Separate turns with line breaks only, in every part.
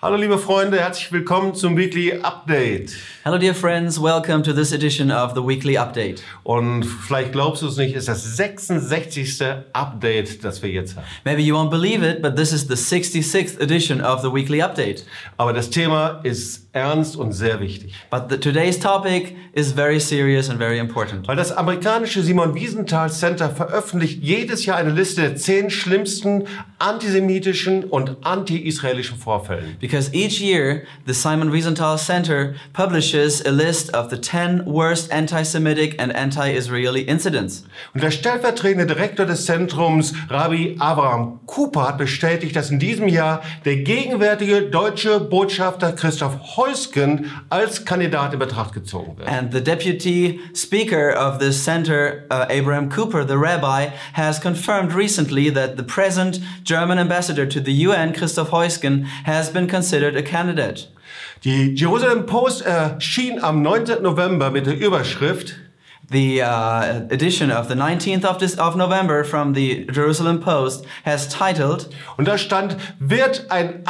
Hallo liebe Freunde, herzlich willkommen zum Weekly Update.
Hello, dear friends. Welcome to this edition of the weekly update.
Und vielleicht glaubst du es nicht, ist das 66. Update, das wir jetzt haben.
Maybe you won't believe it, but this is the 66th edition of the weekly update.
Aber das Thema ist ernst und sehr wichtig.
But the, today's topic is very serious and very important.
Weil das amerikanische Simon Wiesenthal Center veröffentlicht jedes Jahr eine Liste der zehn schlimmsten antisemitischen und anti-israelischen Vorfällen.
Because each year, the Simon Wiesenthal Center publishes a list of the 10 worst anti Semitic and anti Israeli incidents.
Und der stellvertretende Direktor des Zentrums, Rabbi Abraham Cooper, hat bestätigt, dass in diesem Jahr der gegenwärtige deutsche Botschafter Christoph Heusken als Kandidat in Betracht gezogen wird.
And the deputy speaker of this center, uh, Abraham Cooper, the rabbi, has confirmed recently that the present German ambassador to the UN, Christoph Heusgen, has been considered a candidate.
Die Jerusalem Post erschien am 19. November mit der Überschrift
The uh, edition of the 19th of, this, of November from the Jerusalem Post has titled
und da stand, wird ein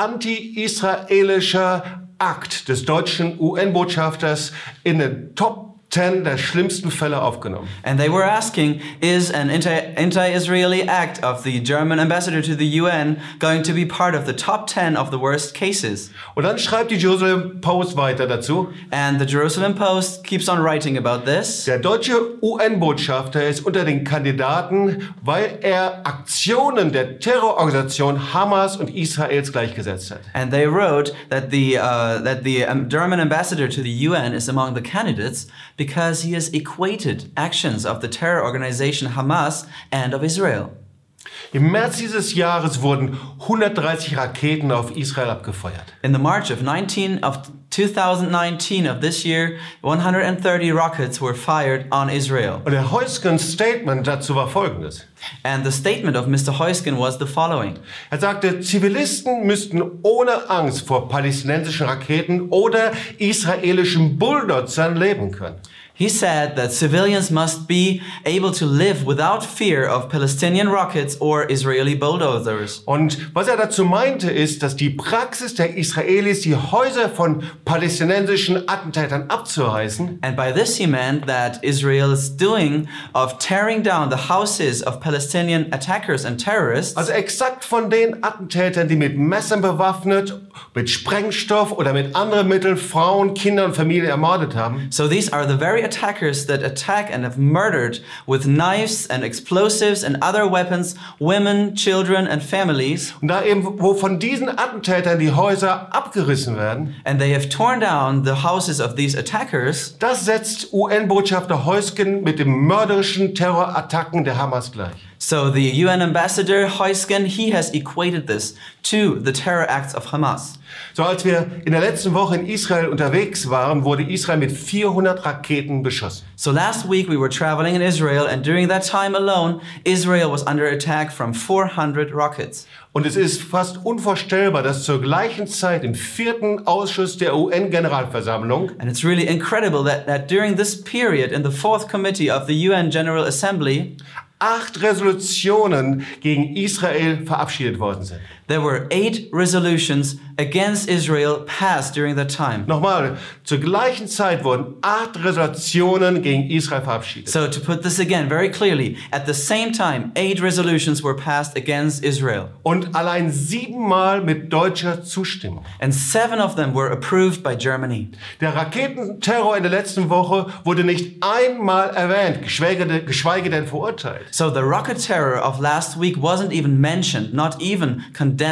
anti-israelischer Akt des deutschen UN-Botschafters in den Top 10 der schlimmsten Fälle aufgenommen.
And they were asking, is an anti Israeli act of the German ambassador to the UN going to be part of the top 10 of the worst cases?
Und dann schreibt die Jerusalem Post weiter dazu,
And the Jerusalem Post keeps on writing about this.
der deutsche UN-Botschafter ist unter den Kandidaten, weil er Aktionen der Terrororganisation Hamas und Israels gleichgesetzt hat.
And they wrote that the, uh, that the um, German ambassador to the UN is among the candidates because he has equated actions of the terror organization Hamas and of Israel.
Im März dieses Jahres wurden 130 Raketen auf Israel abgefeuert.
In the March of 19 of 2019 of this year, 130 rockets were fired on Israel.
Und der Heuskens Statement dazu war folgendes.
And the statement of Mr. Heusken was the following.
Er sagte, Zivilisten müssten ohne Angst vor palästinensischen Raketen oder israelischen Bulldozern leben können.
He said that civilians must be able to live without fear of Palestinian rockets or Israeli bulldozers.
Und was er dazu meinte, ist, dass die Praxis der Israelis, die Häuser von palästinensischen Attentätern abzureißen,
And by this he meant that Israel's doing of tearing down the houses of Palestinian attackers and terrorists
also exakt von den Attentätern, die mit Messern bewaffnet, mit Sprengstoff oder mit anderen Mitteln Frauen, Kinder und Familie ermordet haben,
So these are the very attackers that attack and have murdered with knives and explosives and other weapons women, children, and families.
und da eben, wo von diesen Attentätern die Häuser abgerissen werden,
And they have torn down the houses of these attackers.
Das setzt UN-Botschafter Heusken mit den mörderischen Terrorattacken der Hamas gleich.
So the UN ambassador Heusken, he has equated this to the terror acts of Hamas.
So als wir in der letzten Woche in Israel unterwegs waren, wurde Israel mit 400 Raketen beschossen.
So last week we were traveling in Israel, and during that time alone, Israel was under attack from 400 rockets.
Und es ist fast unvorstellbar, dass zur gleichen Zeit im vierten Ausschuss der UN-Generalversammlung
And it's really incredible that, that during this period, in the fourth committee of the UN General Assembly,
acht Resolutionen gegen Israel verabschiedet worden sind.
There were eight resolutions against Israel passed during that time.
Nochmal, zur gleichen Zeit wurden acht Resolutionen gegen Israel verabschiedet.
So, to put this again very clearly, at the same time, eight resolutions were passed against Israel,
Und allein siebenmal mit deutscher Zustimmung.
and seven of them were approved by Germany.
Der Raketenterror in der letzten Woche wurde nicht einmal erwähnt, geschweige, de- geschweige denn verurteilt.
So, the rocket terror of last week wasn't even mentioned, not even condemned.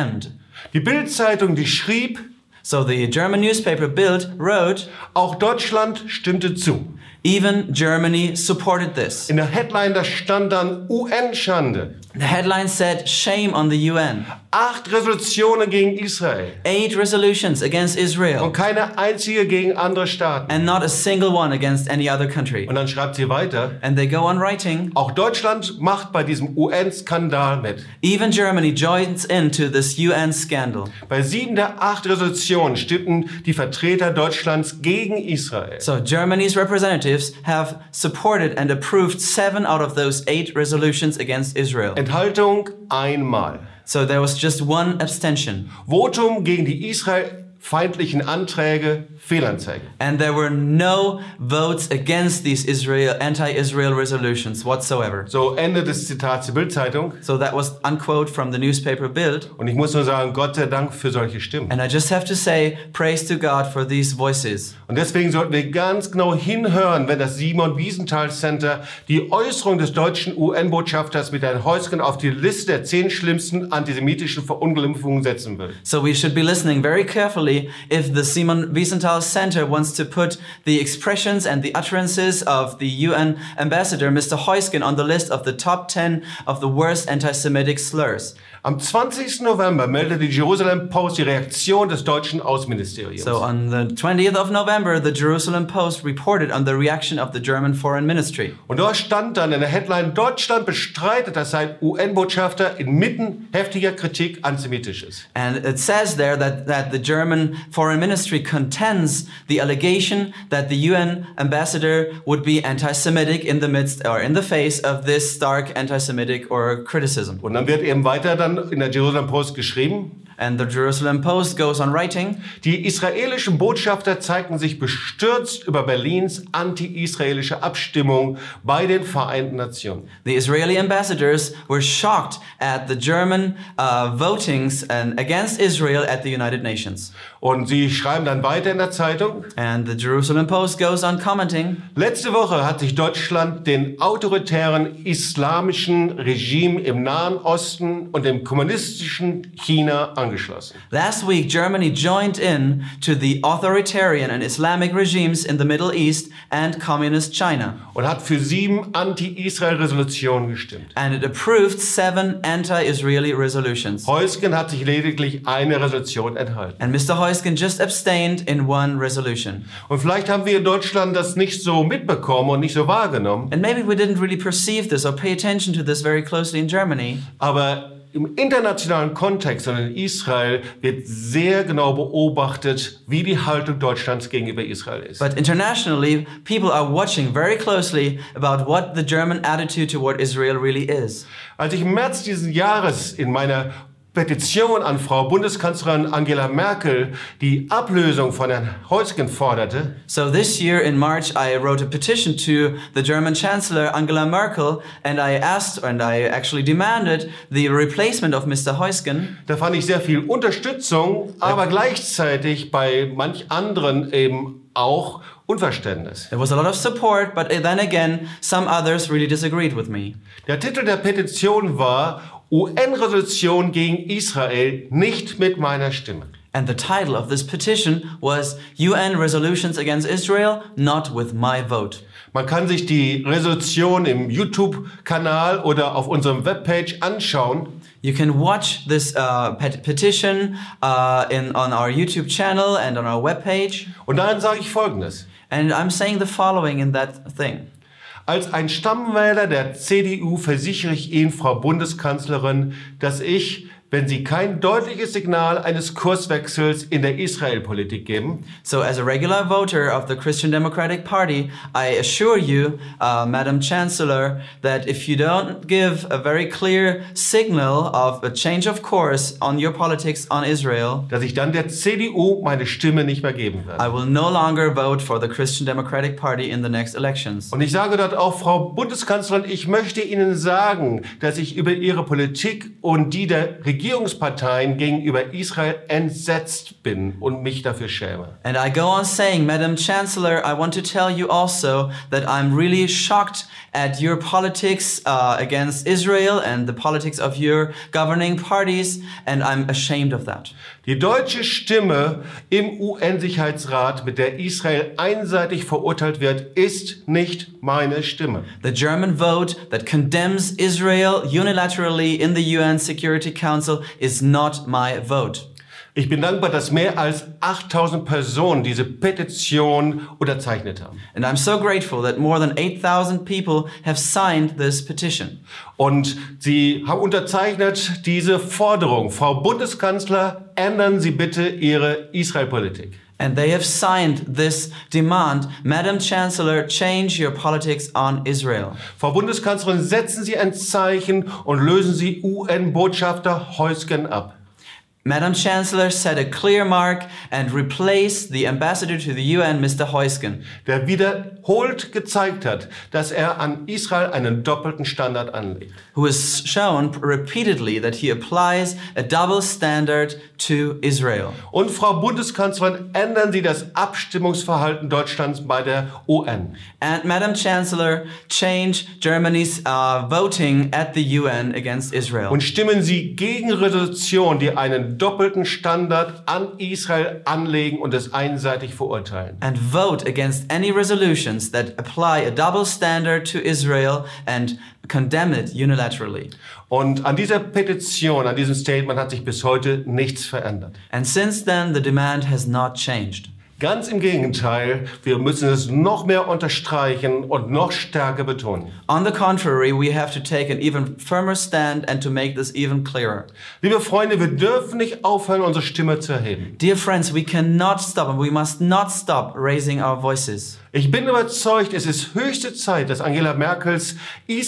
Die Bild-Zeitung, die schrieb,
So, the German newspaper Bild wrote,
auch Deutschland stimmte zu.
even Germany supported this.
In der Headline, da stand dann UN-Schande.
The headline said, Shame on the UN.
Acht Resolutionen gegen Israel
Eight resolutions against
und
Israel,
keine einzige gegen andere Staaten.
and not a single one against any other country.
Und dann schreibt sie weiter,
And they go on writing.
auch Deutschland macht bei diesem UN-Skandal mit.
Even Germany joins into this UN scandal.
Bei sieben der acht Resolutionen stimmten die Vertreter Deutschlands gegen Israel.
So Germany's representatives have supported and approved seven out of those eight resolutions against Israel.
Enthaltung einmal.
So there was just one abstention.
Votum gegen die Israel feindlichen Anträge Fehlanzeigen.
And there were no votes against these Israel anti-Israel resolutions whatsoever.
So Ende des Zitats der Bildzeitung.
So that was unquote from the newspaper Bild.
Und ich muss nur sagen, Gott sei Dank für solche Stimmen.
And I just have to say, praise to God for these voices.
Und deswegen sollten wir ganz genau hinhören, wenn das Simon Wiesenthal Center die Äußerung des deutschen UN-Botschafters mit Herrn Heusken auf die Liste der zehn schlimmsten antisemitischen Verunglimpfungen setzen will.
So we should be listening very carefully if the Simon Wiesenthal Center wants to put the expressions and the utterances of the UN ambassador, Mr. Heusken, on the list of the top 10 of the worst anti-Semitic slurs.
Am 20. November meldete die Jerusalem Post die Reaktion des deutschen Außenministeriums.
So on the 20th of November, the Jerusalem Post reported on the reaction of the German Foreign Ministry.
Und dort stand dann in der Headline, Deutschland bestreitet, dass sein UN-Botschafter inmitten heftiger Kritik antisemitisch ist.
And it says there that, that the German Foreign Ministry contends the allegation that the UN ambassador would be anti Semitic in the midst or in the face of this stark anti Semitic or criticism.
Und dann wird eben weiter dann in der Jerusalem Post geschrieben,
And the Jerusalem Post goes on writing
die israelischen Botschafter zeigten sich bestürzt über Berlins anti-israelische Abstimmung bei den Vereinten Nationen.
the Israeli ambassadors were shocked at the German uh, votings and against Israel at the United Nations.
Und sie schreiben dann weiter in der Zeitung,
And the Jerusalem Post goes on commenting.
letzte Woche hat sich Deutschland den autoritären islamischen Regime im Nahen Osten und dem kommunistischen China angeschlossen.
Last week, Germany joined in to the authoritarian and Islamic regimes in the Middle East and communist China,
und hat für sieben Anti-Israel-Resolutionen gestimmt.
and it approved seven anti Israeli resolutions.
Heusken hat sich lediglich eine Resolution enthalten.
And Mr. Heusken just abstained in one resolution.
Und vielleicht haben wir in Deutschland das nicht so mitbekommen und nicht so wahrgenommen,
And maybe we didn't really perceive this or pay attention to this very closely in Germany,
aber im internationalen Kontext und in Israel wird sehr genau beobachtet, wie die Haltung Deutschlands gegenüber Israel ist.
but internationally, people are watching very closely about what the German attitude toward Israel really is.
Als ich im März diesen Jahres in meiner Petition an Frau Bundeskanzlerin Angela Merkel die Ablösung von Herrn Heusken forderte,
So this year in March, I wrote a petition to the German Chancellor Angela Merkel, and I asked, and I actually demanded the replacement of Mr. Heusken.
Da fand ich sehr viel Unterstützung, aber gleichzeitig bei manch anderen eben auch Unverständnis.
There was a lot of support, but then again, some others really disagreed with me.
Der Titel der Petition war UN-Resolution gegen Israel nicht mit meiner Stimme.
And the title of this petition was UN Resolutions Against Israel, Not With My Vote.
Man kann sich die Resolution im YouTube-Kanal oder auf unserem Webpage anschauen.
You can watch this uh, pet- petition uh, in, on our YouTube channel and on our webpage.
Und dann sage ich Folgendes.
And I'm saying the following in that thing.
Als ein Stammwähler der CDU versichere ich Ihnen, Frau Bundeskanzlerin, dass ich, wenn Sie kein deutliches Signal eines Kurswechsels in der Israelpolitik geben,
So, as a regular voter of the Christian Democratic Party, I assure you, uh, Madam Chancellor, that if you don't give a very clear signal of a change of course on your politics on Israel,
dass ich dann der CDU meine Stimme nicht mehr geben werde.
I will no longer vote for the Christian Democratic Party in the next elections.
Und ich sage dort auch, Frau Bundeskanzlerin, ich möchte Ihnen sagen, dass ich über Ihre Politik und die der Regierungsparteien gegenüber Israel entsetzt bin und mich dafür schäme.
And I go on saying, Madam Chancellor, I want to tell you also that I'm really shocked at your politics uh, against Israel and the politics of your governing parties, and I'm ashamed of that.
Die deutsche Stimme im UN-Sicherheitsrat, mit der Israel einseitig verurteilt wird, ist nicht meine Stimme.
The German vote that condemns Israel unilaterally in the UN Security Council is not my vote.
Ich bin dankbar, dass mehr als 8000 Personen diese Petition unterzeichnet haben.
And I'm so grateful that more than 8,000 people have signed this petition.
Und sie haben unterzeichnet diese Forderung. Frau Bundeskanzler, ändern Sie bitte Ihre Israelpolitik.
And they have signed this demand Madam Chancellor, change your politics on Israel.
Frau Bundeskanzlerin, setzen Sie ein Zeichen und lösen Sie UN-Botschafter Heusgen ab.
Madam Chancellor set a clear mark and replaced the ambassador to the UN, Mr. Heusgen.
der wiederholt gezeigt hat, dass er an Israel einen doppelten Standard anlegt.
who has shown repeatedly that he applies a double standard to Israel.
Und Frau Bundeskanzlerin, ändern Sie das Abstimmungsverhalten Deutschlands bei der UN.
And Madam Chancellor, change Germany's uh, voting at the UN against Israel.
Und stimmen Sie gegen Resolutionen, die einen doppelten Standard an Israel anlegen und es einseitig verurteilen.
And vote against any resolutions that apply a double standard to Israel and condemn it unilaterally.
Und an dieser Petition, an diesem Statement hat sich bis heute nichts verändert.
And since then, the demand has not changed.
Ganz im Gegenteil, wir müssen es noch mehr unterstreichen und noch stärker betonen.
On the contrary, we have to take an even firmer stand and to make this even clearer.
Liebe Freunde, wir dürfen nicht aufhören, unsere Stimme zu erheben.
Dear friends, we cannot stop and we must not stop raising our voices.
Ich bin überzeugt, es ist höchste Zeit, dass Angela Merkels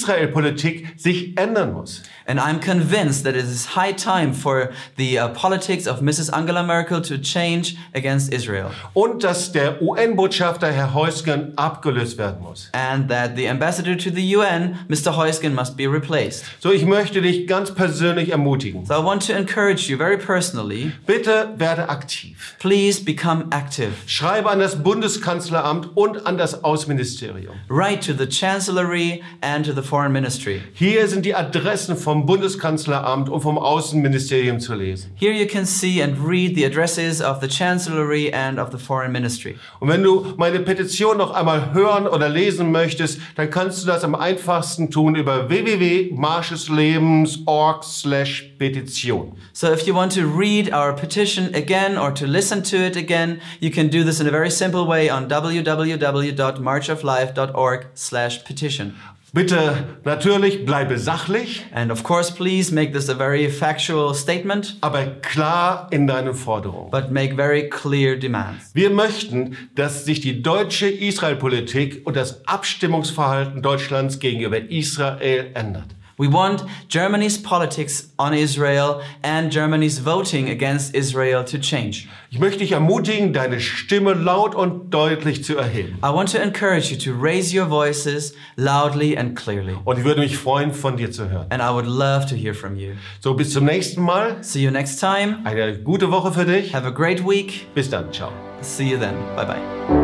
Israel-Politik sich ändern muss.
And I'm convinced that it is high time for the uh, politics of Mrs. Angela Merkel to change against Israel
Und dass der UN-Botschafter Herr Heusgen abgelöst werden muss.
and that the ambassador to the UN, Mr. Heusgen, must be replaced.
So, ich möchte dich ganz persönlich ermutigen.
So I want to encourage you very personally,
Bitte werde aktiv.
please become active.
Schreibe an das Bundeskanzleramt und an das Außenministerium.
Write to the Chancellery and to the Foreign Ministry.
Hier sind die Adressen vom Bundeskanzleramt und vom Außenministerium zu lesen.
Here you can see and read the addresses of the Chancellery and of the Foreign Ministry.
Und wenn du meine Petition noch einmal hören oder lesen möchtest, dann kannst du das am einfachsten tun über www.marscheslebens.org/petition.
So if you want to read our petition again or to listen to it again, you can do this in a very simple way on www.marchoflife.org/petition.
Bitte natürlich bleibe sachlich,
And of course, please make this a very factual statement,
aber klar in deinen Forderungen.
but make very clear demands.
Wir möchten, dass sich die deutsche Israelpolitik und das Abstimmungsverhalten Deutschlands gegenüber Israel ändert.
We want Germany's politics on Israel and Germany's voting against Israel to change.
Ich möchte dich ermutigen, deine Stimme laut und deutlich zu erheben.
I want to encourage you to raise your voices loudly and clearly.
Und ich würde mich freuen, von dir zu hören.
And I would love to hear from you.
So, bis zum nächsten Mal.
See you next time.
Eine gute Woche für dich.
Have a great week.
Bis dann. Ciao.
See you then. Bye bye.